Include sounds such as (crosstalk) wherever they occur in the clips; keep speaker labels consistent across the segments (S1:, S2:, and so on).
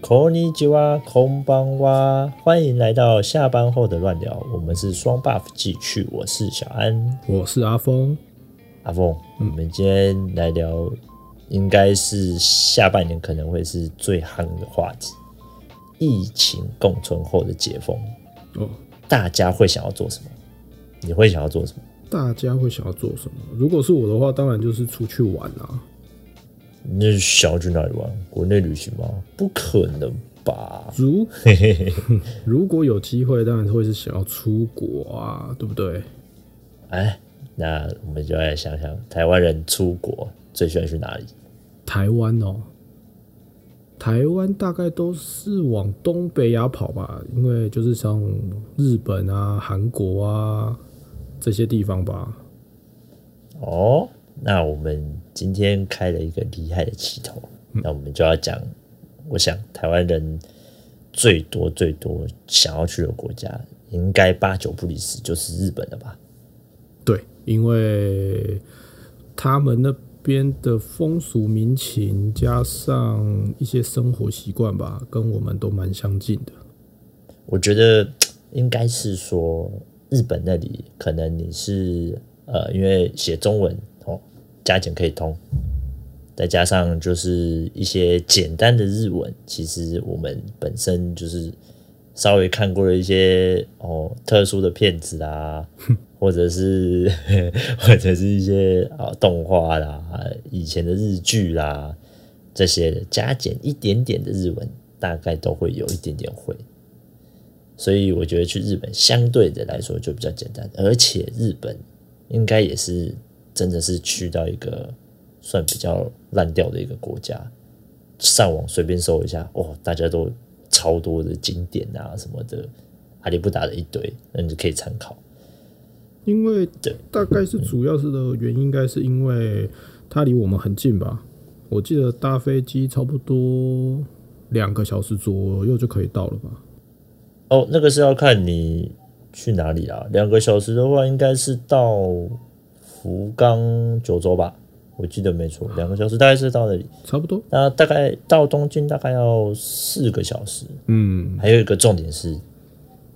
S1: こんにちは，空邦哇！欢迎来到下班后的乱聊，我们是双 buff 继续，我是小安
S2: 我是阿峰，
S1: 阿凤。我们今天来聊，应该是下半年可能会是最夯的话题——疫情共存后的解封，
S2: 哦，
S1: 大家会想要做什么？你会想要做什么？
S2: 大家会想要做什么？如果是我的话，当然就是出去玩啊。
S1: 你是想要去哪里玩？国内旅行吗？不可能吧！
S2: 如 (laughs) 如果有机会，当然会是想要出国啊，对不对？
S1: 哎，那我们就来想想，台湾人出国最喜欢去哪里？
S2: 台湾哦，台湾大概都是往东北亚跑吧，因为就是像日本啊、韩国啊这些地方吧。
S1: 哦，那我们今天开了一个厉害的起头，那我们就要讲，我想台湾人最多最多想要去的国家，应该八九不离十就是日本了吧？
S2: 对，因为他们那边的风俗民情，加上一些生活习惯吧，跟我们都蛮相近的。
S1: 我觉得应该是说日本那里，可能你是呃，因为写中文哦，加减可以通，再加上就是一些简单的日文，其实我们本身就是稍微看过了一些哦特殊的片子啊，或者是或者是一些啊、动画啦，以前的日剧啦这些的加减一点点的日文，大概都会有一点点会。所以我觉得去日本相对的来说就比较简单，而且日本应该也是真的是去到一个算比较烂掉的一个国家，上网随便搜一下，哦，大家都超多的景点啊什么的，阿里不达的一堆，那你就可以参考。
S2: 因为
S1: 对
S2: 大概是主要是的原因，应该是因为它离我们很近吧。我记得搭飞机差不多两个小时左右就可以到了吧。
S1: 哦，那个是要看你去哪里啊，两个小时的话应该是到福冈九州吧，我记得没错，两个小时大概是到那里。
S2: 差不多，
S1: 那大概到东京大概要四个小时。
S2: 嗯，
S1: 还有一个重点是，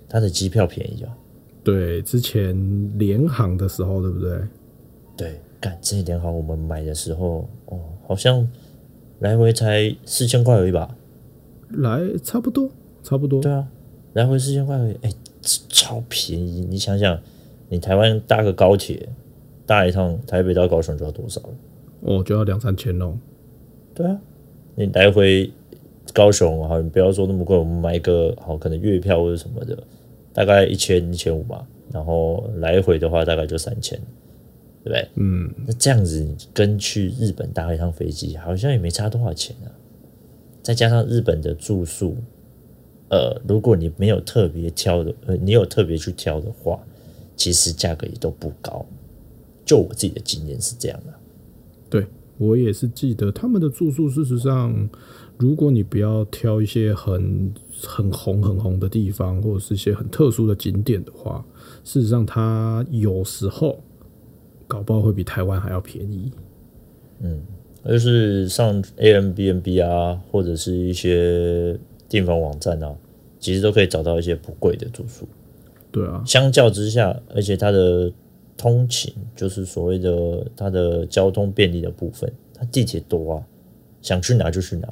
S1: 它的机票便宜啊。
S2: 对，之前联航的时候，对不对？
S1: 对，干这一点好，我们买的时候哦，好像来回才四千块而已吧？
S2: 来，差不多，差不多，
S1: 对啊，来回四千块而已，哎、超便宜！你想想，你台湾搭个高铁，搭一趟台北到高雄就要多少了？
S2: 哦，就要两三千喽。
S1: 对啊，你来回高雄好，你不要说那么贵，我们买一个好，可能月票或者什么的，大概一千一千五吧。然后来回的话，大概就三千，对不对？
S2: 嗯，
S1: 那这样子你跟去日本搭一趟飞机，好像也没差多少钱啊。再加上日本的住宿，呃，如果你没有特别挑的，呃，你有特别去挑的话，其实价格也都不高。就我自己的经验是这样的、啊
S2: 对我也是记得他们的住宿。事实上，如果你不要挑一些很很红很红的地方，或者是一些很特殊的景点的话，事实上它有时候搞不好会比台湾还要便宜。
S1: 就是上 A M B N B 啊，或者是一些订房网站啊，其实都可以找到一些不贵的住宿。
S2: 对啊，
S1: 相较之下，而且它的通勤就是所谓的它的交通便利的部分，它地铁多啊，想去哪就去哪，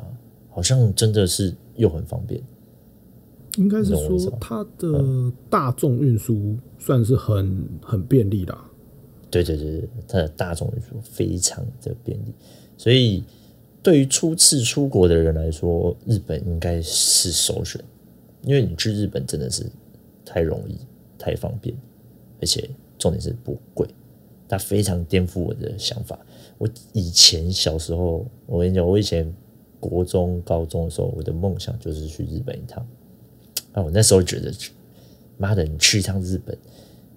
S1: 好像真的是又很方便。
S2: 应该是
S1: 你懂我意思
S2: 说
S1: 吧
S2: 它的大众运输算是很很便利啊啦。
S1: 对对对，对它的大众运输非常的便利，所以对于初次出国的人来说，日本应该是首选，因为你去日本真的是太容易、太方便，而且重点是不贵。它非常颠覆我的想法。我以前小时候，我跟你讲，我以前国中、高中的时候，我的梦想就是去日本一趟。啊，我那时候觉得，妈的，你去一趟日本，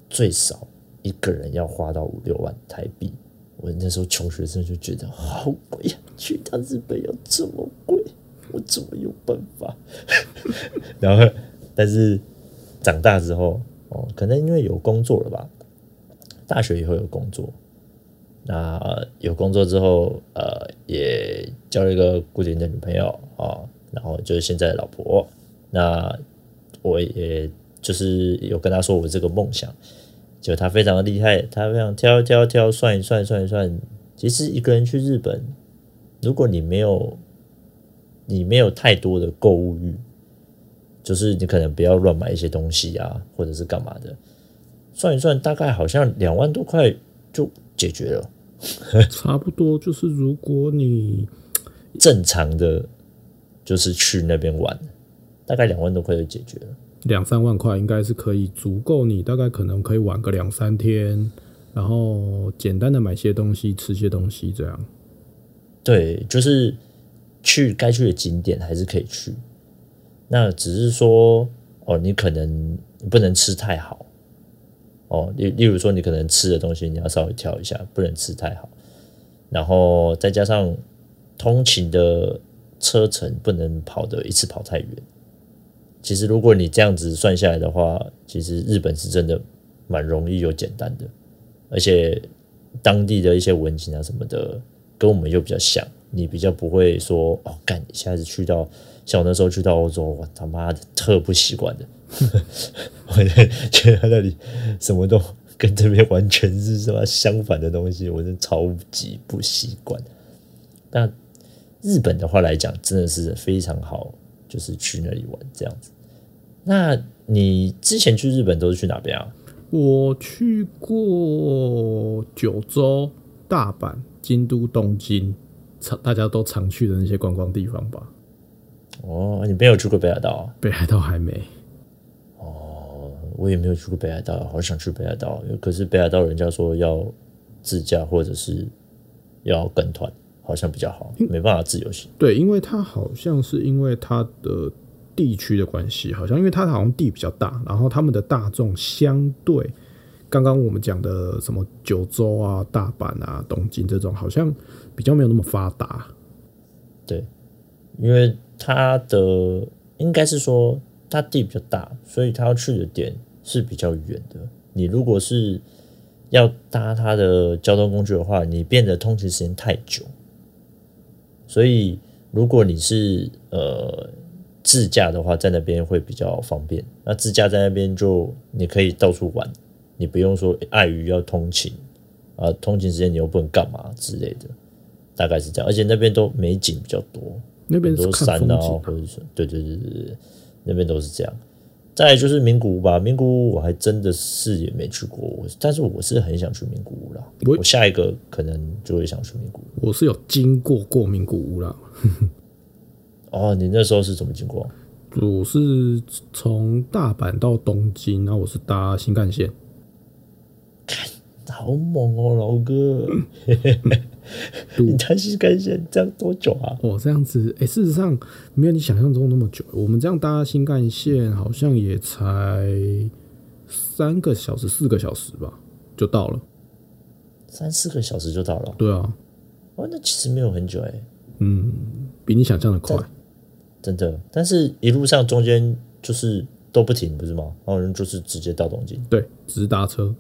S1: 最少一个人要花到五六万台币。我那时候穷学生就觉得好贵呀、去一趟日本要这么贵，我怎么有办法？ (laughs) 然后，但是长大之后，哦，可能因为有工作了吧，大学以后有工作，那、呃有工作之后，呃，也交了一个固定的女朋友啊、哦然后就是现在的老婆。那我也就是有跟她说我这个梦想，结果她非常的厉害，她非常挑挑挑，算一算算一算。其实一个人去日本，如果你没有你没有太多的购物欲，就是你可能不要乱买一些东西啊，或者是干嘛的。算一算，大概好像两万多块就解决了。
S2: 差不多就是如果你
S1: 正常的就是去那边玩，大概两万多块就解决了。
S2: 两三万块，应该是可以足够你大概可能可以玩个两三天，然后简单的买些东西，吃些东西这样。
S1: 对，就是去该去的景点还是可以去，那只是说哦，你可能不能吃太好哦，例例如说你可能吃的东西你要稍微挑一下，不能吃太好，然后再加上通勤的车程不能跑的一次跑太远。其实如果你这样子算下来的话，其实日本是真的蛮容易又简单的，而且当地的一些文景啊什么的，跟我们又比较像，你比较不会说哦，干一下子去到像我那时候去到欧洲，我他妈的特不习惯的， (laughs) 我就觉得他那里什么都跟这边完全是什么相反的东西，我真的超级不习惯。那日本的话来讲，真的是非常好，就是去那里玩这样子。那你之前去日本都是去哪边啊？
S2: 我去过九州、大阪、京都、东京，常大家都常去的那些观光地方吧。
S1: 哦，你没有去过北海道啊？
S2: 北海道还没，
S1: 我也没有去过北海道，好想去北海道。可是北海道人家说要自驾或者是要跟团，好像比较好，没办法自由行。
S2: 对，因为它好像是因为它的地区的关系，好像因为它好像地比较大，然后他们的大众相对刚刚我们讲的什么九州啊、大阪啊、东京这种，好像比较没有那么发达。
S1: 对，因为它的应该是说它地比较大，所以它要去的点是比较远的。你如果是要搭它的交通工具的话，你变得通勤时间太久。所以如果你是呃自驾的话，在那边会比较方便。那自驾在那边就你可以到处玩，你不用说碍于要通勤啊、通勤时间你又不能干嘛之类的，大概是这样。而且那边都美景比较多，
S2: 那
S1: 很
S2: 边是
S1: 多
S2: 看
S1: 山
S2: 风
S1: 啊，
S2: 景、
S1: 或者是对对对对对，那边都是这样。再来就是名古屋吧，名古屋我还真的是也没去过，我但是我是很想去名古屋啦。
S2: 我
S1: 我下一个可能就会想去名古屋。
S2: 我是有经过过名古屋啦，
S1: 哦，你那时候是怎么经过？
S2: 嗯我是从大阪到东京，然后我是搭新干线。
S1: 好猛哦，老哥！
S2: 嗯
S1: (laughs) 你担心干线这样多久啊？
S2: 哦，这样子，哎、事实上没有你想象中那么久。我们这样搭新干线好像也才三个小时、四个小时吧，就到了。
S1: 三四个小时就到了
S2: 对啊，
S1: 哦，那其实没有很久哎、
S2: 嗯，比你想象的快。
S1: 真的。但是一路上中间就是都不停，不是吗？然后人就是直接到东京，
S2: 对，直达车。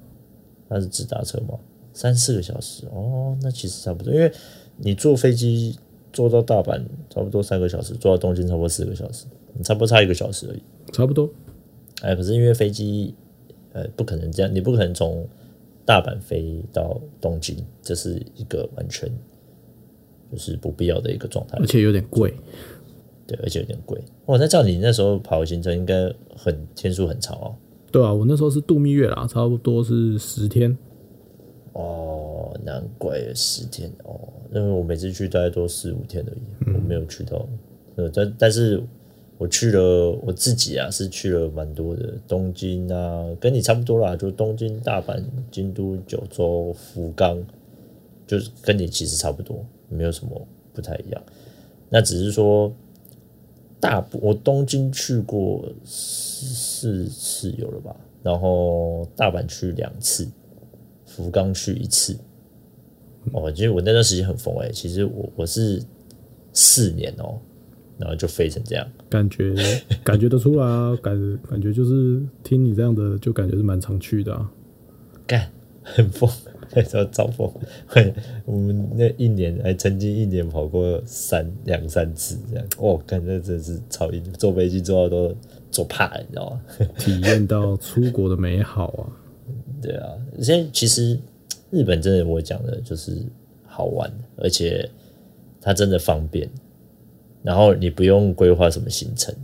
S1: 那是直达车吗？三四个小时哦，那其实差不多，因为你坐飞机坐到大阪差不多三个小时，坐到东京差不多四个小时，你差不多差一个小时而已。
S2: 差不多，
S1: 哎，可是因为飞机，呃，不可能这样，你不可能从大阪飞到东京，这是一个完全就是不必要的一个状态
S2: 而，且有点贵。
S1: 对，而且有点贵。哇，那照你那时候跑的行程，应该很天数很长哦。
S2: 对啊，我那时候是度蜜月啦，差不多是十天。
S1: 哦，难怪十天哦，因为我每次去大概都四五天而已，我没有去到，呃，但但是我去了我自己啊，是去了蛮多的，东京啊，跟你差不多啦，就东京、大阪、京都、九州、福冈，就是跟你其实差不多，没有什么不太一样。那只是说，大部我东京去过四四次有了吧，然后大阪去两次，福冈去一次。哦，其实我那段时间很疯哎、其实我我是四年哦，然后就飞成这样。
S2: 感觉感觉得出来啊，感感觉就是听你这样的，就感觉是蛮常去的啊。
S1: 干很疯，说招风，我们那一年还曾经一年跑过三两三次这样，哇，看那真是超硬，坐飞机坐到都坐怕了，你知道吗？
S2: 体验到出国的美好啊！
S1: 对啊，现在其实日本真的我讲的就是好玩，而且它真的方便，然后你不用规划什么行程，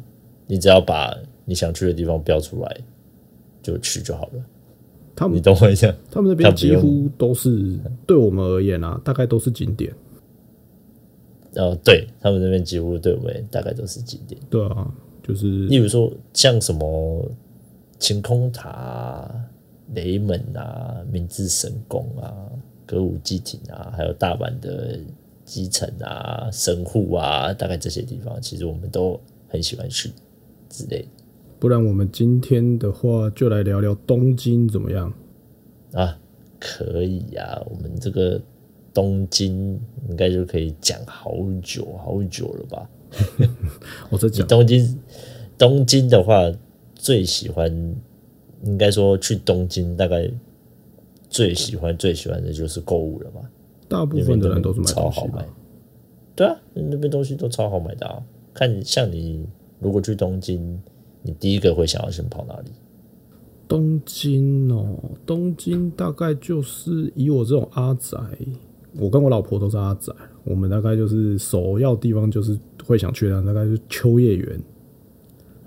S1: 你只要把你想去的地方标出来就去就好了，
S2: 他
S1: 你
S2: 们
S1: 懂我意思吗？
S2: 他们那
S1: 他
S2: 边
S1: 不
S2: 几
S1: 用
S2: 乎都是对我们而言啊，大概都是景点，
S1: 呃，对他们那边几乎对我们大概都是景点，
S2: 对啊，就是
S1: 例如说像什么晴空塔、啊、雷门啊、明治神宫啊、歌舞伎町啊，还有大阪的基层啊、神户啊，大概这些地方，其实我们都很喜欢去之类
S2: 不然我们今天的话就来聊聊东京怎么样？
S1: 的啊。可以啊，我们这个东京应该就可以讲好久好久了吧？
S2: 我在
S1: 你
S2: 哦讲
S1: 东京，东京的话，最喜欢，应该说去东京，大概最喜欢最喜欢的就是购物了吧？
S2: 大部
S1: 那
S2: 分
S1: 边
S2: 的人都是买
S1: 超
S2: 东
S1: 好哎
S2: 西
S1: 买
S2: 吧，。
S1: 对啊，那边东西都超好买的啊。看你像你如果去东京，你第一个会想要先跑哪里？
S2: 东京哦，东京大概就是以我这种阿宅，我跟我老婆都是阿宅，我们大概就是首要地方就是会想去的，大概就是秋叶原，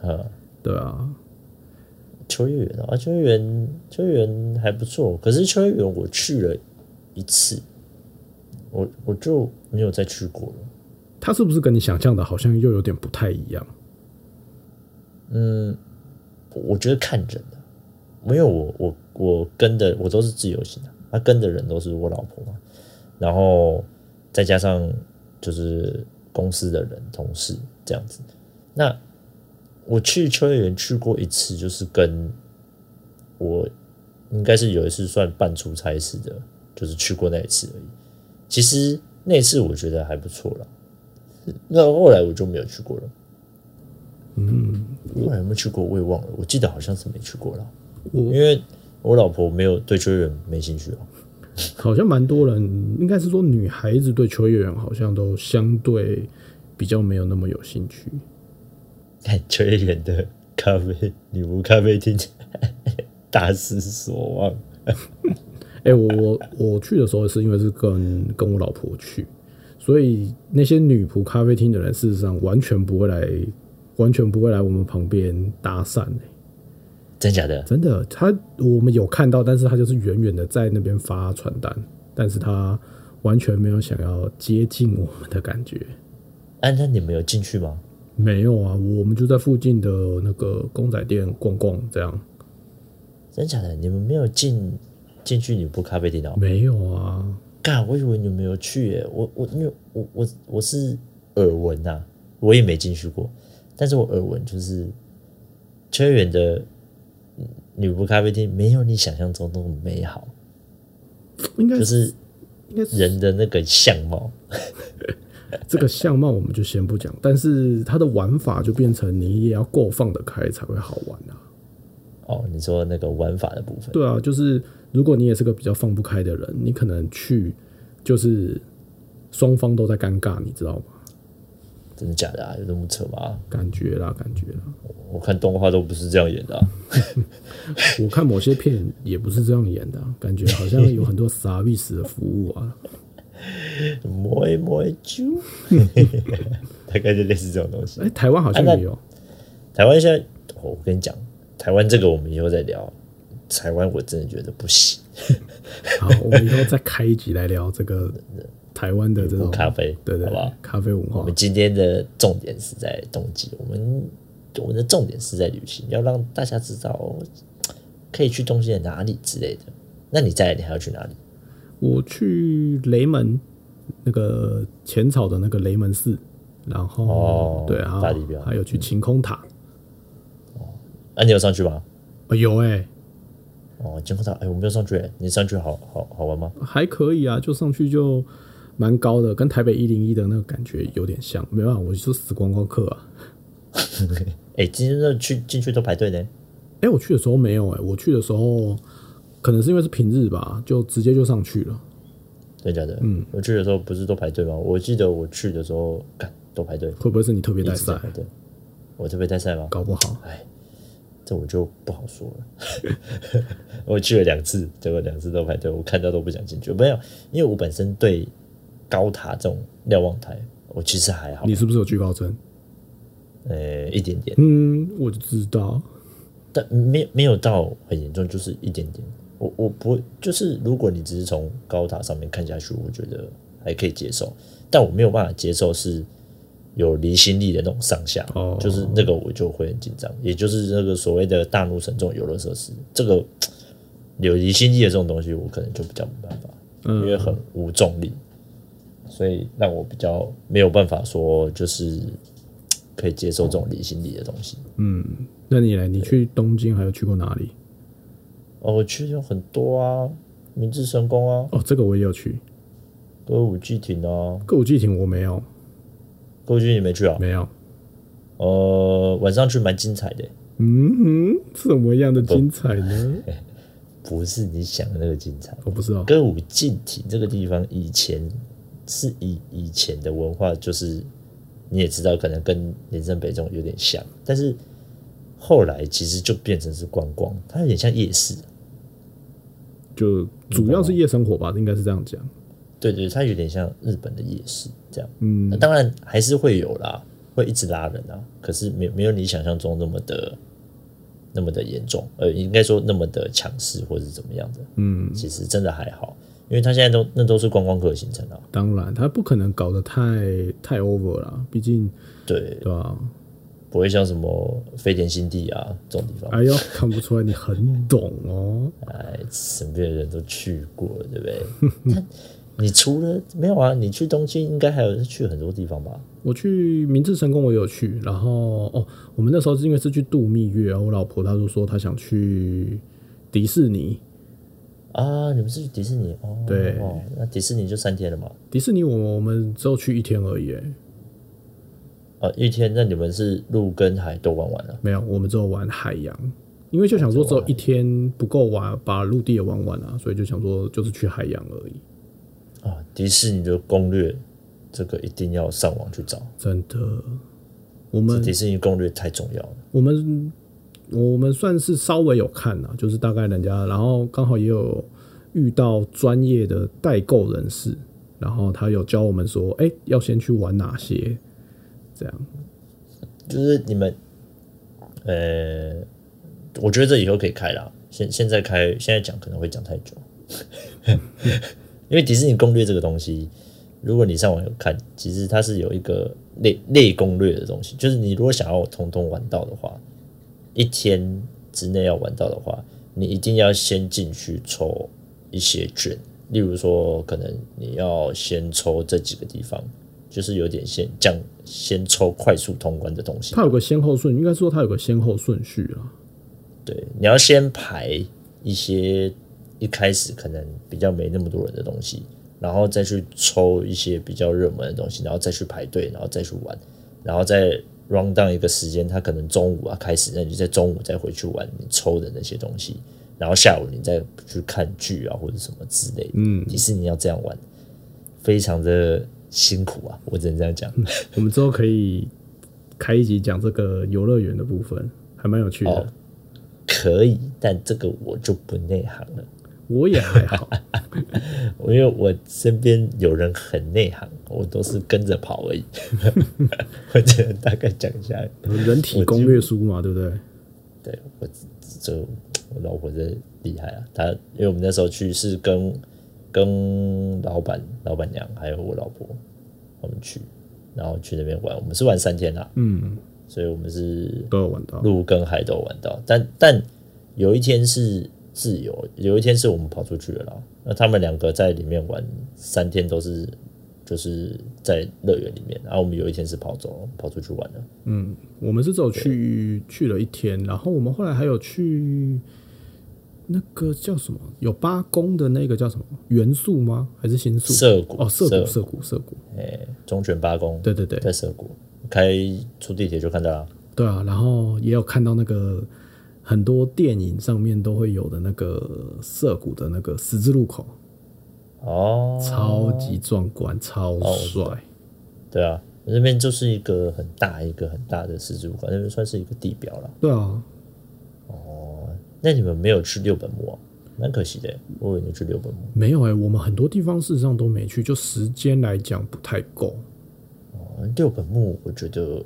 S1: 呃，
S2: 对啊，
S1: 秋叶原啊，秋叶原，秋叶原还不错。可是秋叶原我去了一次，我我就没有再去过了。
S2: 它是不是跟你想象的好像又有点不太一样？
S1: 我觉得看人的、没有我我我跟的我都是自由行的、啊，他跟的人都是我老婆嘛，然后再加上就是公司的人同事这样子。那我去秋叶原去过一次，就是跟我应该是有一次算半出差似的，就是去过那一次而已。其实那次我觉得还不错了，那后来我就没有去过了。后来有没有去过我也忘了，我记得好像是没去过了，
S2: 我
S1: 因为我老婆没有对秋叶原没兴趣啊。
S2: 好像蛮多人，应该是说女孩子对秋叶原好像都相对比较没有那么有兴趣。
S1: (laughs) 看秋叶原的咖啡女仆咖啡厅大失所望，
S2: 哎、我我我去的时候是因为是跟跟我老婆去，所以那些女仆咖啡厅的人，事实上完全不会来，完全不会来我们旁边搭讪、欸。
S1: 真假的？
S2: 真的，他我们有看到，但是他就是远远的在那边发传单，但是他完全没有想要接近我们的感觉。
S1: 啊，那你们有进去吗？
S2: 没有啊，我们就在附近的那个公仔店逛逛，这样
S1: 真假的？你们没有进进去女仆咖啡厅哦？
S2: 没有啊。
S1: 干，我以为你们有去耶，我我因为我我我是耳闻呐、我也没进去过，但是我耳闻就是秋叶原的嗯女仆咖啡厅没有你想象中那么美好。
S2: 应该
S1: 就是
S2: 应该是
S1: 人的那个相貌，
S2: 这个相貌我们就先不讲，但是它的玩法就变成你也要够放得开才会好玩啊。
S1: 哦，你说那个玩法的部分，
S2: 对啊，就是如果你也是个比较放不开的人，你可能去就是双方都在尴尬，你知道吗？
S1: 真的假的啊？有那么扯吗？
S2: 感觉啦，感觉啦。
S1: 我看动画都不是这样演的、啊，
S2: 我看某些片也不是这样演的啊、感觉好像有很多 service 的服务啊。
S1: 摸一摸一啾， (laughs) 大概就类似这种东西。
S2: 哎、台湾好像
S1: 啊那
S2: 也有，
S1: 台湾现在，哦我跟你讲，台湾这个我们以后再聊。台湾我真的觉得不行，
S2: 好，我们以后再开一集来聊这个台湾的这种
S1: 咖啡，
S2: 对对
S1: 好不好？
S2: 咖啡文
S1: 我
S2: 化
S1: 们。今天的重点是在冬季，我们我们的重点是在旅行，要让大家知道可以去东京的哪里之类的。那你再来，你还要去哪里？
S2: 我去雷门那个浅草的那个雷门寺，然后、
S1: 哦
S2: 对啊
S1: 大地标，嗯
S2: 还有去晴空塔，
S1: 啊，你有上去吗？
S2: 啊有哎、
S1: 哦，金库塔，哎、我没有上去耶，你上去好好好玩吗？
S2: 还可以啊，就上去就蛮高的，跟台北一零一的那个感觉有点像。没办法，我就是死观光客啊。
S1: 哎、今天那去进去都排队呢。
S2: 哎、我去的时候没有哎、我去的时候可能是因为是平日吧，就直接就上去了。
S1: 真的假的？嗯，我去的时候不是都排队吗？我记得我去的时候，干都排队，
S2: 会不会是你特别
S1: 一
S2: 带
S1: 直在
S2: 赛
S1: 排？队。我特别带赛吗？
S2: 搞不好
S1: 哎，这我就不好说了。 (laughs) 我去了两次，结果两次都排队，我看到都不想进去。没有，因为我本身对高塔这种瞭望台，我其实还好
S2: 你，是不是有惧高症？
S1: 呃，一点点，
S2: 嗯，我就知道。
S1: 但没没有到很严重，就是一点点。我我不会，就是如果你只是从高塔上面看下去，我觉得还可以接受，但我没有办法接受是有离心力的那种上下，
S2: 哦
S1: 就是那个我就会很紧张，也就是那个所谓的大怒神这种游乐设施，这个有离心力的这种东西，我可能就比较没办法，因为
S2: 嗯，
S1: 很无重力，所以让我比较没有办法说就是可以接受这种离心力的东西。
S2: 那你呢？你去东京还有去过哪里？
S1: 哦，我去有很多啊，明治神宫啊，
S2: 哦，这个我也有去。
S1: 歌舞伎町啊，
S2: 歌舞伎町我没有，
S1: 歌舞伎町你没去啊？
S2: 没有。
S1: 呃，晚上去蛮精彩的，欸
S2: 嗯哼，什么样的精彩呢？
S1: 不是你想的那个精彩。
S2: 我不知道。
S1: 歌舞伎町这个地方以前是以以前的文化，就是你也知道，可能跟林森北中有点像，但是后来其实就变成是观光，它有点像夜市。啊
S2: 就主要是夜生活吧，应该是这样讲。
S1: 对对，它有点像日本的夜市这样。
S2: 嗯
S1: 那当然还是会有啦，会一直拉人啊，可是没没有你想象中那么的那么的严重，呃，应该说那么的强势或是怎么样的。
S2: 嗯，
S1: 其实真的还好，因为它现在都那都是观光客的行程啊。
S2: 当然，他不可能搞得太太 over 啦，毕竟
S1: 对，
S2: 对吧、
S1: 不会像什么飞田新地啊这种地方，
S2: 哎呦， (laughs) 看不出来你很懂哦。
S1: 哎，身边的人都去过了，对不对？
S2: (laughs)
S1: 但你除了没有啊？你去东京应该还有去很多地方吧？
S2: 我去明治神宫我也有去，然后哦，我们那时候是因为是去度蜜月，然后我老婆她就说她想去迪士尼，
S1: 啊，你们是去迪士尼哦？
S2: 对
S1: 哦，那迪士尼就三天了嘛？
S2: 迪士尼我我们只有去一天而已，哎
S1: 啊，一天，那你们是陆跟海都玩完了？
S2: 没有，我们只有玩海洋，因为就想说只有一天不够玩，把陆地也玩完啊，所以就想说就是去海洋而已，
S1: 啊，迪士尼的攻略，这个一定要上网去找。
S2: 真的。我
S1: 这
S2: 们
S1: 迪士尼攻略太重要了。
S2: 我们我们算是稍微有看啦，就是大概人家，然后刚好也有遇到专业的代购人士，然后他有教我们说，哎、要先去玩哪些，这样
S1: 就是你们，呃，我觉得这以后可以开啦。现现在开，现在讲可能会讲太久， (laughs) 因为迪士尼攻略这个东西，如果你上网有看，其实它是有一个类类攻略的东西，就是你如果想要通通玩到的话，一天之内要玩到的话，你一定要先进去抽一些卷，例如说，可能你要先抽这几个地方，就是有点先这样先抽快速通关的东西。
S2: 他有个先后顺，应该说他有个先后顺序啊。
S1: 对，你要先排一些一开始可能比较没那么多人的东西，然后再去抽一些比较热门的东西，然后再去排队，然后再去玩，然后再 round down 一个时间，它可能中午啊开始，那你就在中午再回去玩你抽的那些东西，然后下午你再去看剧啊或者什么之类的。
S2: 嗯，
S1: 迪士尼要这样玩，非常的辛苦啊，我只能这样讲。
S2: 我们之后可以开一集讲这个游乐园的部分，还蛮有趣的。
S1: 哦可以，但这个我就不内行了。
S2: 我也还
S1: (laughs)
S2: 好，
S1: 因为我身边有人很内行，我都是跟着跑而已。我只能大概讲一下，
S2: 人体攻略书嘛，对不对？
S1: 对我这我老婆真的厉害啊！她因为我们那时候去是跟跟老板、老板娘还有我老婆，我们去，然后去那边玩。我们是玩三天啦、啊
S2: 嗯，
S1: 所以我们是
S2: 都有玩到。
S1: 陆跟海都有玩到，但但有一天是自由，有一天是我们跑出去了啦。那他们两个在里面玩三天都是就是在乐园里面，然后我们有一天是跑走跑出去玩了。
S2: 我们是只有去去了一天，然后我们后来还有去那个叫什么？有八公的那个叫什么？元素吗？还是新宿？
S1: 涩谷
S2: 哦，涩谷，
S1: 涩
S2: 涩谷，涩谷。
S1: 哎、忠犬八公
S2: 对对对
S1: 在涩谷，开出地铁就看到了。
S2: 对啊，然后也有看到那个很多电影上面都会有的那个涩谷的那个十字路口，
S1: 哦，
S2: 超级壮观，超帅。
S1: 对啊，那边就是一个很大一个很大的十字路口，那边算是一个地标了。
S2: 对啊，
S1: 那你们没有去六本木、啊，蛮可惜的。我以为你去六本木。
S2: 没有哎、我们很多地方事实上都没去，就时间来讲不太够。
S1: 哦六本木我觉得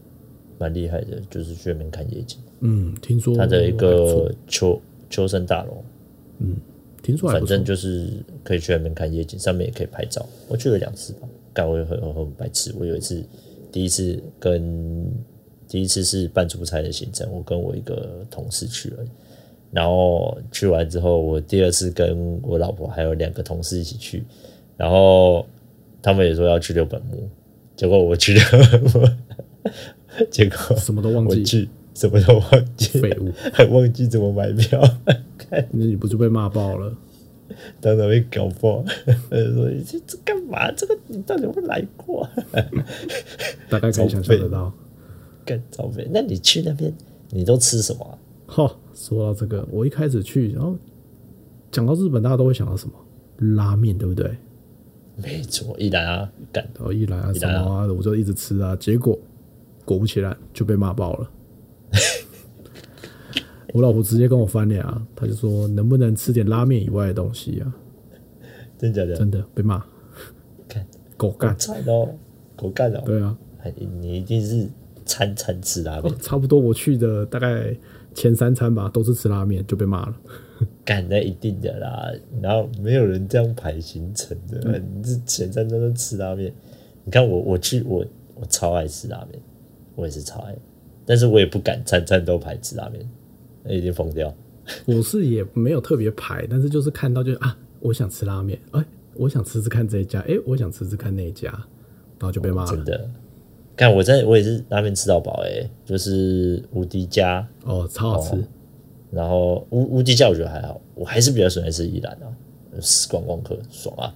S1: 蛮厉害的，就是去那边看夜景。
S2: 嗯，听说
S1: 它的一
S2: 还不错，
S1: 个秋秋生大楼，
S2: 听说还
S1: 反
S2: 不错
S1: 正。就是可以去那边看夜景，上面也可以拍照。我去了两次吧，干我也很很很白痴。我有一次，第一次跟第一次是办出差的行程，我跟我一个同事去了，然后去完之后，我第二次跟我老婆还有两个同事一起去，然后他们也说要去六本木，结果我去六本木，结果
S2: 什么都忘
S1: 我
S2: 记，
S1: 去什么都忘记，
S2: 废物，
S1: (laughs) 还忘记怎么买票。
S2: 那你不就被骂爆了？
S1: 当场被搞 (laughs) 爆，说你这这干嘛？这个你到底有没有来过、 (laughs) 啊？
S2: 大概可以想象得到。
S1: 干照片？那你去那边你都吃什么啊、
S2: 哈，说到这个，我一开始去，然后讲到日本，大家都会想到什么？拉面，对不对？
S1: 没错，一兰啊，干
S2: 然后一来啊什么啊的，我就一直吃啊，结果果不其然就被骂爆了。 (laughs) 我老婆直接跟我翻脸啊，她就说能不能吃点拉面以外的东西啊？
S1: 真假的？
S2: 真的被骂，
S1: 干
S2: 狗干。
S1: 菜哦，狗干哦，
S2: 对啊，
S1: 哎你一定是餐餐吃拉面，
S2: 差不多我去的大概前三餐吧，都是吃拉面就被骂了。
S1: 干那一定的啦。然后没有人这样排行程的，你是前三餐都吃拉面。你看我我去我我超爱吃拉面，我也是超爱，但是我也不敢餐餐都排吃拉面，那已经疯掉。
S2: 我是也没有特别排，但是就是看到就啊，我想吃拉面，哎、我想吃吃看这一家，哎、我想吃吃看那一家，然后就被骂了
S1: 真。的。看我在我也是拉面吃到饱哎、就是无敌家，
S2: 哦，超好吃，
S1: 然后无无敌家我觉得还好，我还是比较喜欢吃一兰啊，是观光客爽啊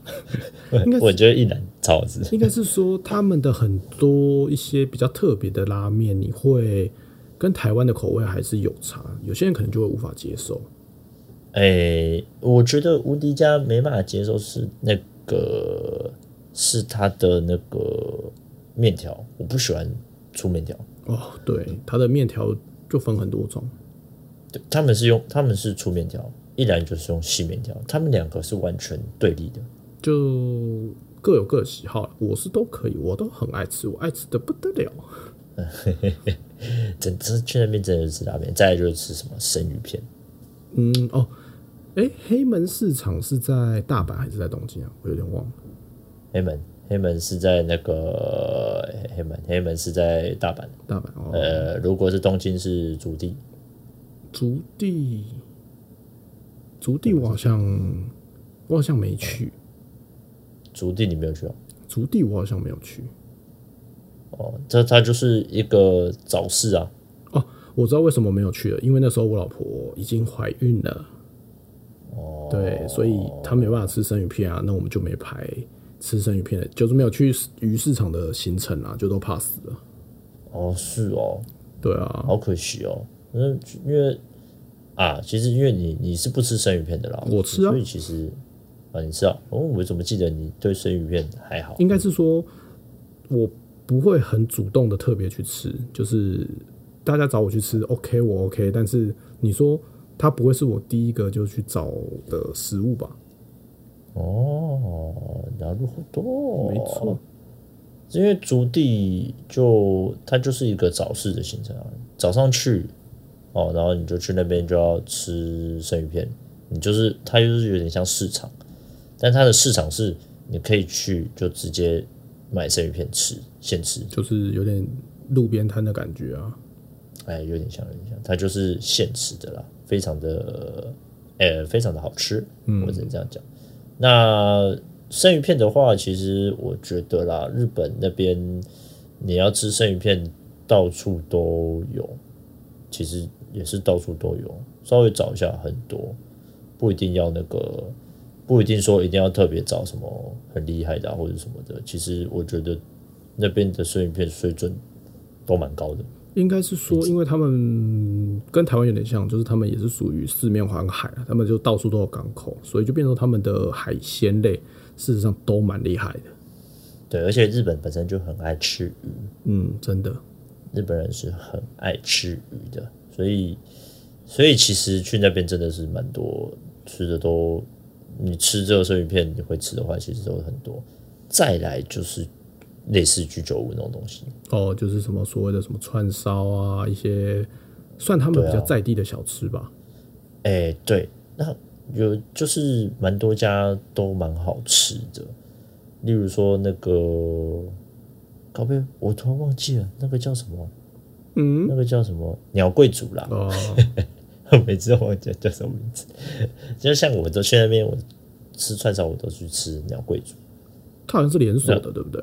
S2: 应该，
S1: (laughs)
S2: 是
S1: 我觉得一兰超好吃，
S2: 应该是说他们的很多一些比较特别的拉面，你会跟台湾的口味还是有差，有些人可能就会无法接受。
S1: 哎、我觉得无敌家没办法接受是那个是它的那个面条，我不喜欢粗面条，
S2: 哦，对，它的面条就分很多种，
S1: 对，他们是用他们是粗面条，一兰就是用细面条，他们两个是完全对立的，
S2: 就各有各的喜好，我是都可以，我都很爱吃，我爱吃的不得了。
S1: 真真去那边真的是吃拉面，再来就是吃什么生鱼片，
S2: 嗯，哦，哎，黑门市场是在大阪还是在东京啊？我有点忘了。
S1: 黑门黑门是在那个黑黑门黑门是在大阪，
S2: 大阪哦，
S1: 呃，如果是东京是竹地，
S2: 竹地，竹地我好像我好像没去，
S1: 竹地你没有去哦，
S2: 竹地我好像没有去。
S1: 哦，这它就是一个早市啊，
S2: 哦，我知道为什么没有去了，因为那时候我老婆已经怀孕了。哦，对，所以她没办法吃生鱼片啊，那我们就没排吃生鱼片的，就是没有去鱼市场的行程啊，就都 pass 了。
S1: 哦是哦，
S2: 对啊，
S1: 好可惜哦，嗯，因为啊，其实因为你你是不吃生鱼片的啦，
S2: 我吃啊
S1: 所以其实啊你吃啊，哦，我怎么记得你对生鱼片还好？
S2: 应该是说，我不会很主动的特别去吃，就是大家找我去吃，OK，我 OK，但是你说它不会是我第一个就去找的食物吧？
S1: 哦，なるほど，
S2: 没错，
S1: 因为竹地就它就是一个早市的行程啊，早上去哦，然后你就去那边就要吃生鱼片，你就是它就是有点像市场，但它的市场是你可以去就直接买生鱼片吃，现吃，
S2: 就是有点路边摊的感觉啊。
S1: 哎，有点像有点像，它就是现吃的啦，非常的呃非常的好吃，
S2: 嗯
S1: 我只能这样讲。那生鱼片的话，其实我觉得啦，日本那边你要吃生鱼片，到处都有，其实也是到处都有，稍微找一下很多，不一定要那个，不一定说一定要特别找什么很厉害的啊、或者什么的。其实我觉得那边的生鱼片水准都蛮高的。嗯
S2: 应该是说，因为他们跟台湾有点像，就是他们也是属于四面环海，啊他们就到处都有港口，所以就变成他们的海鲜类事实上都蛮厉害的。
S1: 对，而且日本本身就很爱吃鱼，
S2: 嗯，真的，
S1: 日本人是很爱吃鱼的，所以所以其实去那边真的是蛮多吃的都，你吃这个生鱼片你会吃的话，其实都很多。再来就是类似居酒屋那种东西，
S2: 哦，就是什么所谓的什么串烧啊，一些算他们比较在地的小吃吧。
S1: 哎、对，那有就是蛮多家都蛮好吃的，例如说那个，搞不，我突然忘记了那个叫什么，
S2: 嗯，
S1: 那个叫什么鸟贵族啦，
S2: 哦，
S1: (laughs) 每次都忘记叫什么名字。就像我都去那边，我吃串烧我都去吃鸟贵族，
S2: 它好像是连锁
S1: (laughs)
S2: 的，对不对？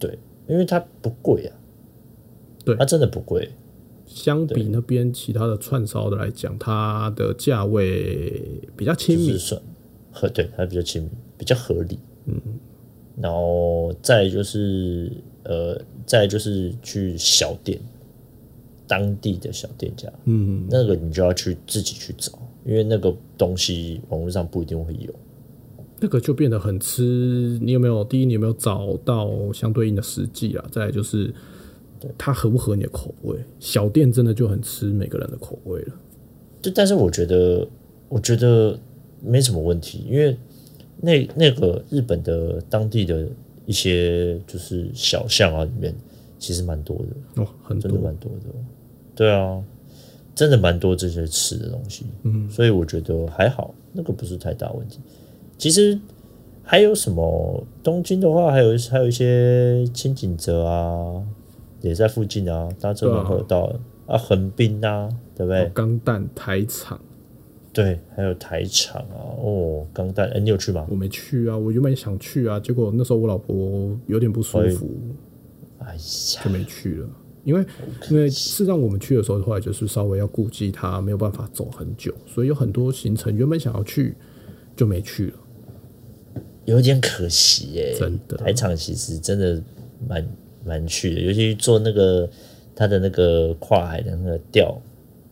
S1: 对，因为它不贵啊，
S2: 对
S1: 它真的不贵，
S2: 相比那边其他的串烧的来讲，它的价位比较亲
S1: 就是
S2: 民。
S1: 算合对，它比较亲民，比较合理。嗯，然后再来就是呃，再来就是去小店，当地的小店家，
S2: 嗯，
S1: 那个你就要去自己去找，因为那个东西网络上不一定会有。
S2: 那个就变得很吃。你有没有？第一，你有没有找到相对应的实际啊？再来就是，它合不合你的口味？小店真的就很吃每个人的口味了。
S1: 就但是我觉得，我觉得没什么问题，因为那那个日本的当地的一些就是小巷啊里面，其实蛮多的。
S2: 哦，很
S1: 真的
S2: 多
S1: 蛮多的。对啊，真的蛮多这些吃的东西，嗯，所以我觉得还好，那个不是太大问题。其实还有什么东京的话，还有还有一些清景泽啊，也在附近啊，搭车门口有到啊，横滨啊，对不对？
S2: 哦钢蛋台场，
S1: 对，还有台场啊，哦，钢弹，哎、你有去吗？
S2: 我没去啊，我原本想去啊，结果那时候我老婆有点不舒
S1: 哎
S2: 服，
S1: 哎
S2: 就
S1: 呀，
S2: 没去了。因为因为是让我们去的时候，后来就是稍微要顾及他没有办法走很久，所以有很多行程原本想要去就没去了，
S1: 有点可惜耶、
S2: 真的。
S1: 台场其实真的蛮蛮去的，尤其坐那个它的那个跨海的那个吊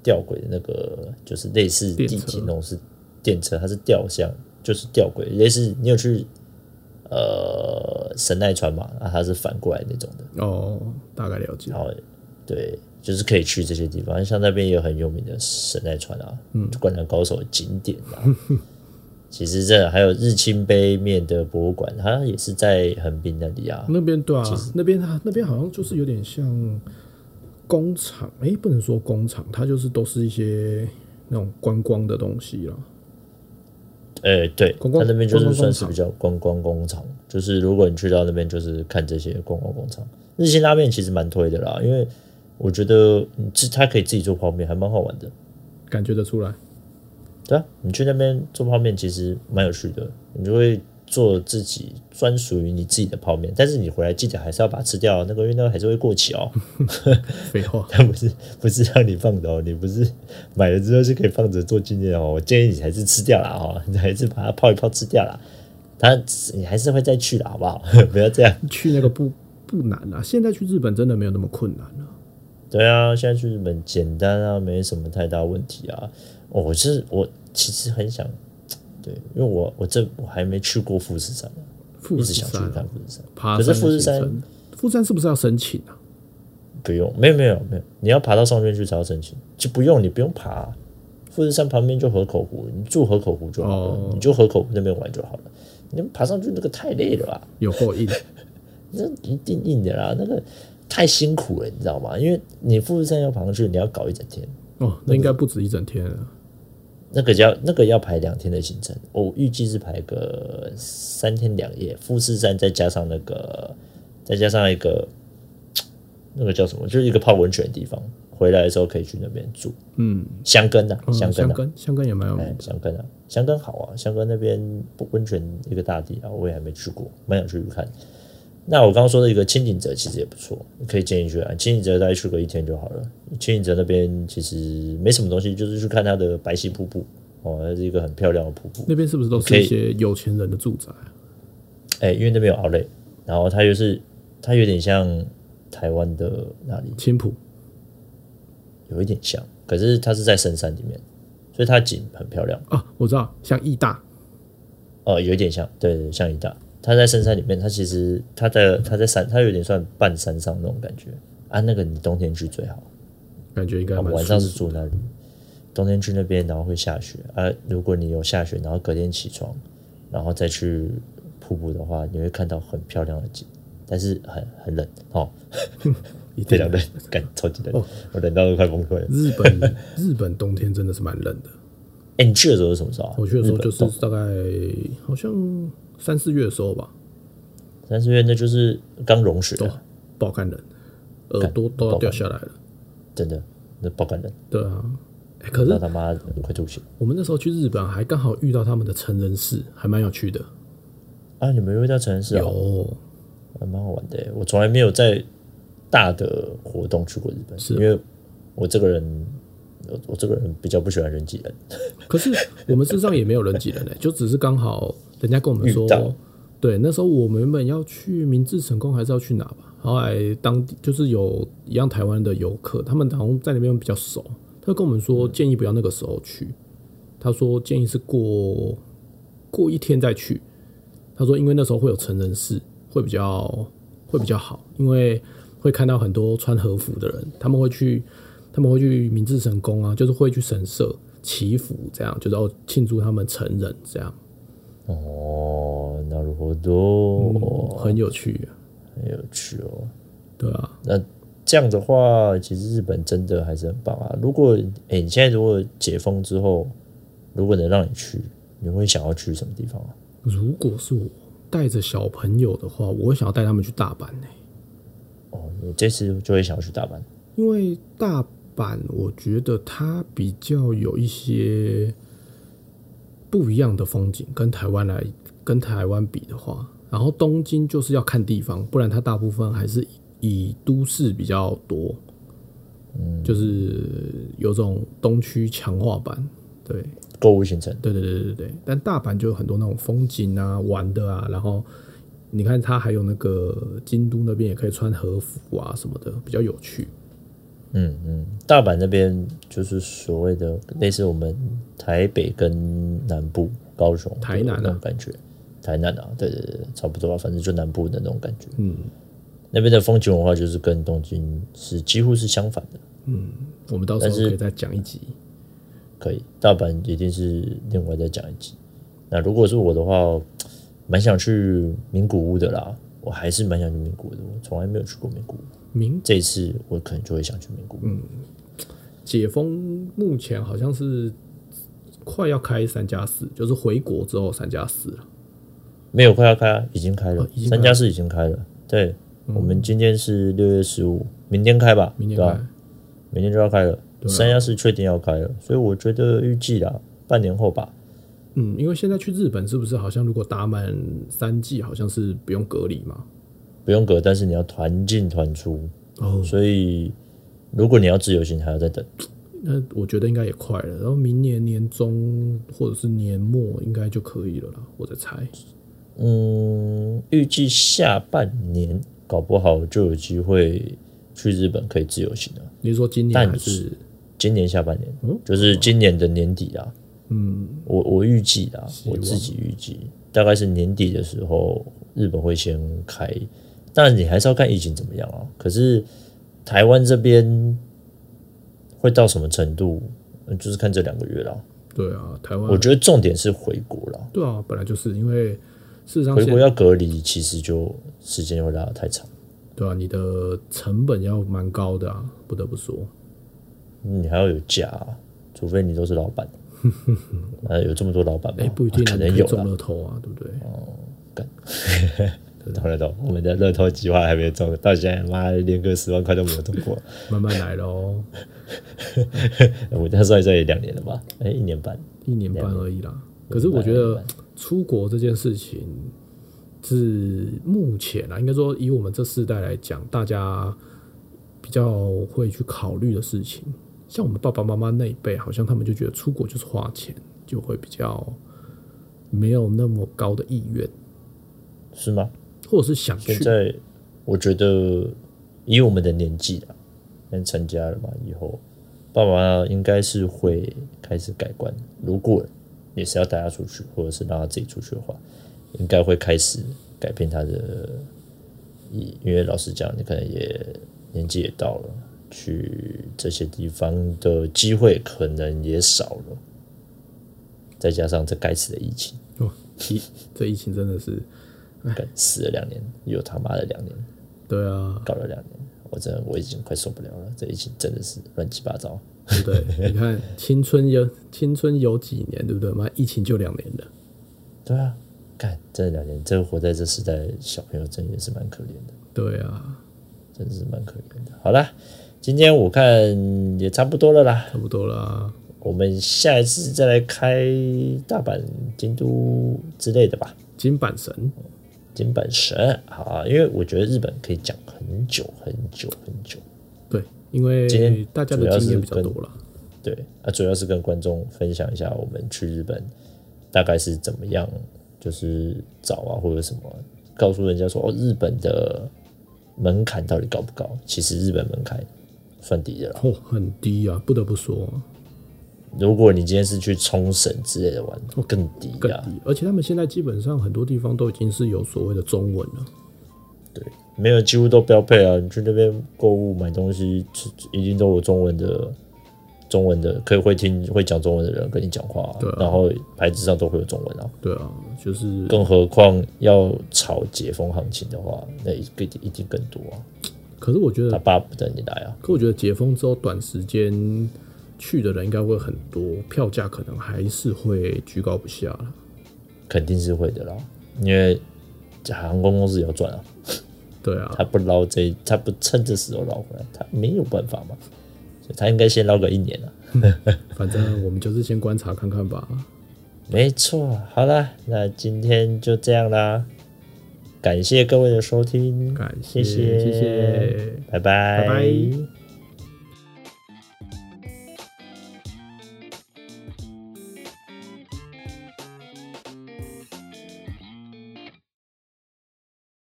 S1: 吊轨的那个，就是类似地
S2: 电车
S1: 铁那种是电车，它是吊箱，就是吊轨，类似你有去呃神奈川嘛？啊，它是反过来那种的，
S2: 哦，大概了解
S1: 然。后对，就是可以去这些地方，像那边也有很有名的神奈川啊，嗯，灌篮高手的景点啊。其实这还有日清杯面的博物馆，它也是在横滨那里啊。
S2: 那边对啊，那边它那边好像就是有点像工厂，哎、不能说工厂，它就是都是一些那种观光的东西啦。
S1: 哎、对，
S2: 观光
S1: 它那边就是
S2: 观光工
S1: 算
S2: 厂
S1: 是比较观光工厂，就是如果你去到那边，就是看这些观光工厂。日清拉面其实蛮推的啦，因为我觉得你自它可以自己做泡面，还蛮好玩的。
S2: 感觉得出来，
S1: 对啊，你去那边做泡面其实蛮有趣的，你就会做自己专属于你自己的泡面，但是你回来记得还是要把它吃掉，啊那个因为那个还是会过期哦，
S2: 废
S1: (laughs)
S2: 话，
S1: 它不是不是让你放的哦，你不是买了之后是可以放着做纪念哦，我建议你还是吃掉啦哦， (laughs) 你还是把它泡一泡吃掉啦。它你还是会再去的好不好？ (laughs) 不要这样。
S2: 去那个不不难啊。现在去日本真的没有那么困难了、
S1: 对啊，现在去日本简单啊，没什么太大问题啊。哦、我是我其实很想，对，因为我我这我还没去过富士山啊，
S2: 富
S1: 一
S2: 士
S1: 直想去
S2: 山啊、
S1: 看富士山。
S2: 爬
S1: 可
S2: 山
S1: 是
S2: 的
S1: 富士
S2: 行
S1: 山
S2: 程，富士山是不是要申请啊？
S1: 不用，没有没有没有，你要爬到上面去才要申请，就不用你不用爬、富士山旁边就河口湖，你住河口湖就好了，
S2: 哦
S1: 你就河口湖那边玩就好了。你爬上去那个太累了吧，
S2: 有后
S1: (laughs)
S2: 印，
S1: 那一定硬的啦，那个太辛苦了，你知道吗？因为你富士山要爬上去，你要搞一整天，
S2: 哦，那应该不止一整天啊了。
S1: 那个要那个要排两天的行程，我预计是排个三天两夜，富士山再加上那个，再加上一个那个叫什么，就是一个泡温泉的地方，回来的时候可以去那边住。
S2: 嗯，
S1: 箱根啊，
S2: 嗯
S1: 箱根
S2: 香
S1: 啊，
S2: 根，香根也蛮有名
S1: 哎，箱根啊，箱根好啊，箱根那边温泉一个大地啊，我也还没去过，蛮想去看。那我刚刚说的一个清景泽其实也不错，可以建议去啊。清景泽大概去个一天就好了。清景泽那边其实没什么东西，就是去看它的白溪瀑布哦，它是一个很漂亮的瀑布。
S2: 那边是不是都
S1: 可
S2: 是
S1: 以
S2: 一些有钱人的住宅啊？
S1: 哎、因为那边有奥莱，然后它又是它有点像台湾的哪里？
S2: 青浦
S1: 有一点像，可是它是在深山里面，所以它景很漂亮。
S2: 啊，我知道，像义大，
S1: 哦，有一点像，对对，像一大。它在深山里面，它其实它的它在山，它有点算半山上那种感觉啊。那个你冬天去最好，
S2: 感觉应该
S1: 啊
S2: 蛮
S1: 晚上
S2: 舒
S1: 是住那里，冬天去那边，然后会下雪啊。如果你有下雪，然后隔天起床，然后再去瀑布的话，你会看到很漂亮的景，但是很很冷
S2: (laughs)
S1: 哦，
S2: 一
S1: 非
S2: 定
S1: 常
S2: 的。哦
S1: 冷，感超级冷，我冷到都快崩溃了。
S2: 日本 (laughs) 日本冬天真的是蛮冷的，
S1: 哎、你去的时候是什么时候啊、
S2: 我去的时候
S1: 日
S2: 就
S1: 本
S2: 是大概好像三四月的时候吧，
S1: 三四月，那就是刚融雪、啊，
S2: 不好看人，耳朵都要掉下来了。
S1: 真的，那爆感冷，
S2: 对啊，欸可
S1: 那
S2: 是
S1: 他妈的快吐血
S2: 我们那时候去日本还刚好遇到他们的成人式，还蛮有趣的。
S1: 啊！你们又到成人式啊？
S2: 有，
S1: 还蛮好玩的耶。欸我从来没有在大的活动去过日本，因为我这个人，我我这个人比较不喜欢人挤人。
S2: 可是我们事实上也没有人挤人呢、就只是刚好人家跟我们说
S1: 遇到，
S2: 对，那时候我们原本要去明治神宫还是要去哪吧，后来当地就是有一样台湾的游客，他们好像在那边比较熟，他就跟我们
S1: 嗯
S2: 说建议不要那个时候去，他说建议是过过一天再去，他说因为那时候会有成人式，会比较会比较好，因为会看到很多穿和服的人，他们会去他们会去明治神宫啊，就是会去神社祈福，这样就是要庆祝他们成人，这样
S1: 哦，那如何多
S2: 很有趣、啊，
S1: 嗯很有趣哦。
S2: 对啊，
S1: 那这样的话，其实日本真的还是很棒啊。如果哎、你现在如果解封之后，如果能让你去，你会想要去什么地方啊？
S2: 如果是我带着小朋友的话，我会想要带他们去大阪呢、
S1: 哦，你这次就会想要去大阪。
S2: 因为大阪我觉得它比较有一些不一样的风景，跟台湾来跟台湾比的话，然后东京就是要看地方，不然它大部分还是以以都市比较多，嗯，就是有种东区强化版，对。
S1: 购物行程
S2: 对对对对对，但大阪就有很多那种风景啊、玩的啊，然后你看它还有那个京都那边也可以穿和服啊什么的，比较有趣。
S1: 大阪那边就是所谓的类似我们台北跟南部、高雄、
S2: 台南啊
S1: 那种感觉，台南啊，对对对，差不多啊，反正就南部的那种感觉。嗯，那边的风情文化就是跟东京是几乎是相反的。
S2: 我们到时候
S1: 但是
S2: 可以再讲一集。
S1: 可以，大阪一定是另外再讲一集。那如果是我的话，蛮想去名古屋的啦，我还是蛮想去名古屋的，我从来没有去过名古屋。
S2: 明
S1: 这一次我可能就会想去名古屋。
S2: 解封目前好像是快要开三加四，就是回国之后三加四了。
S1: 没有，快要开啊，已经开了
S2: 哦已，经开
S1: 三
S2: 了嗯
S1: 加四已经开了。对，我们今天是六月十五，明天开吧，
S2: 明年
S1: 对啊吧、
S2: 开，啊
S1: 明天就要开了，三加四确定要开了，所以我觉得预计啦，半年后吧。
S2: 嗯，因为现在去日本是不是好像如果打满三季，好像是不用隔离嘛？
S1: 不用隔，但是你要团进团出，
S2: 哦，
S1: 所以如果你要自由行，还要再等。
S2: 那我觉得应该也快了，然后明年年中或者是年末应该就可以了啦，我在猜。
S1: 嗯，预计下半年搞不好就有机会去日本可以自由行了。
S2: 你是说今年
S1: 但
S2: 还是
S1: 今年下半年，
S2: 嗯
S1: 就是今年的年底啦。嗯，我我预计啦，我
S2: 望
S1: 自己预计大概是年底的时候，日本会先开。当然，你还是要看疫情怎么样啊。可是台湾这边会到什么程度，嗯就是看这两个月啦。
S2: 对啊，台
S1: 我
S2: 湾
S1: 觉得重点是回国啦，
S2: 对啊，本来就是因为事实上
S1: 回
S2: 现
S1: 国要隔离，其实就时间会拉得太长，
S2: 对啊，你的成本要蛮高的啊，不得不说。
S1: 你还要有假、啊，除非你都是老
S2: (laughs)
S1: 板。呃，有这么多老板吗？
S2: 哎、不一定
S1: 可
S2: 啊，你
S1: 能
S2: 可以
S1: 有啦哦
S2: 中乐透啊，对不对？
S1: 投了投，我们的乐透计划还没有中，到现在妈连个十万块都没有中过。哎
S2: 慢慢来喽，
S1: 我这样算一算也两年了吧？哎、一年半。
S2: 一年半而已啦。可是我觉得出国这件事情是目前啊，应该说以我们这世代来讲，大家比较会去考虑的事情。像我们爸爸妈妈那一辈，好像他们就觉得出国就是花钱，就会比较没有那么高的意愿，
S1: 是吗？
S2: 或者是想去
S1: 现。在啊我觉得以我们的年纪啦，现在成家了嘛，以后爸爸妈妈应该是会开始改观。如果你是要带他出去，或者是让他自己出去的话，应该会开始改变他的意。因为老实讲，你可能也年纪也到了，去这些地方的机会可能也少了，再加上这该死的疫情，
S2: 哦，疫这疫情真的是，
S1: 干死了两年，又他妈的两年，
S2: 对啊，
S1: 搞了两年，我真的我已经快受不了了，这疫情真的是乱七八糟。
S2: 对不对，你看青春有青春有几年，对不对？妈，疫情就两年了。
S1: 对啊，干这两年，这活在这时代的小朋友真的也是蛮可怜的，
S2: 对啊，
S1: 真的是蛮可怜的。好啦，今天我看也差不多了啦，
S2: 差不多啦。
S1: 我们下一次再来开大阪、京都之类的吧。
S2: 金板神，
S1: 金本神好啊，因为我觉得日本可以讲很久很久很久。
S2: 对，因
S1: 今
S2: 为
S1: 天
S2: 大家
S1: 主要
S2: 的经验
S1: 是
S2: 比较
S1: 跟
S2: 多了。
S1: 对啊，主要是跟观众分享一下我们去日本大概是怎么样，就是找啊或者什么，告诉人家说哦，日本的门槛到底高不高？其实日本门槛算低的啦。
S2: 哦，很低啊，不得不说、
S1: 如果你今天是去冲绳之类的玩，更低
S2: 哦更
S1: 啊。
S2: 低。而且他们现在基本上很多地方都已经是有所谓的中文了。
S1: 对，没有几乎都标配啊。你去那边购物买东西，吃一定都有中文的。中文的可以会听会讲中文的人跟你讲话啊、
S2: 对啊
S1: 然后牌子上都会有中文啊。
S2: 对啊，就是
S1: 更何况要炒解封行情的话，那一定一定更多啊！
S2: 可是我觉
S1: 他
S2: 得，
S1: 爸不等你来啊，
S2: 可我觉得解封之后短时间去的人应该会很多，票价可能还是会居高不下了。
S1: 肯定是会的啦，因为航空公司也要赚啊，
S2: 对啊
S1: 他，不捞这一，他不趁这时候捞回来，他没有办法嘛，所以他应该先捞个一年啊。
S2: 反正我们就是先观察看看吧。
S1: 没错，好啦，那今天就这样啦，感谢各位的收听，
S2: 感
S1: 谢
S2: 谢谢谢
S1: 拜拜
S2: 拜拜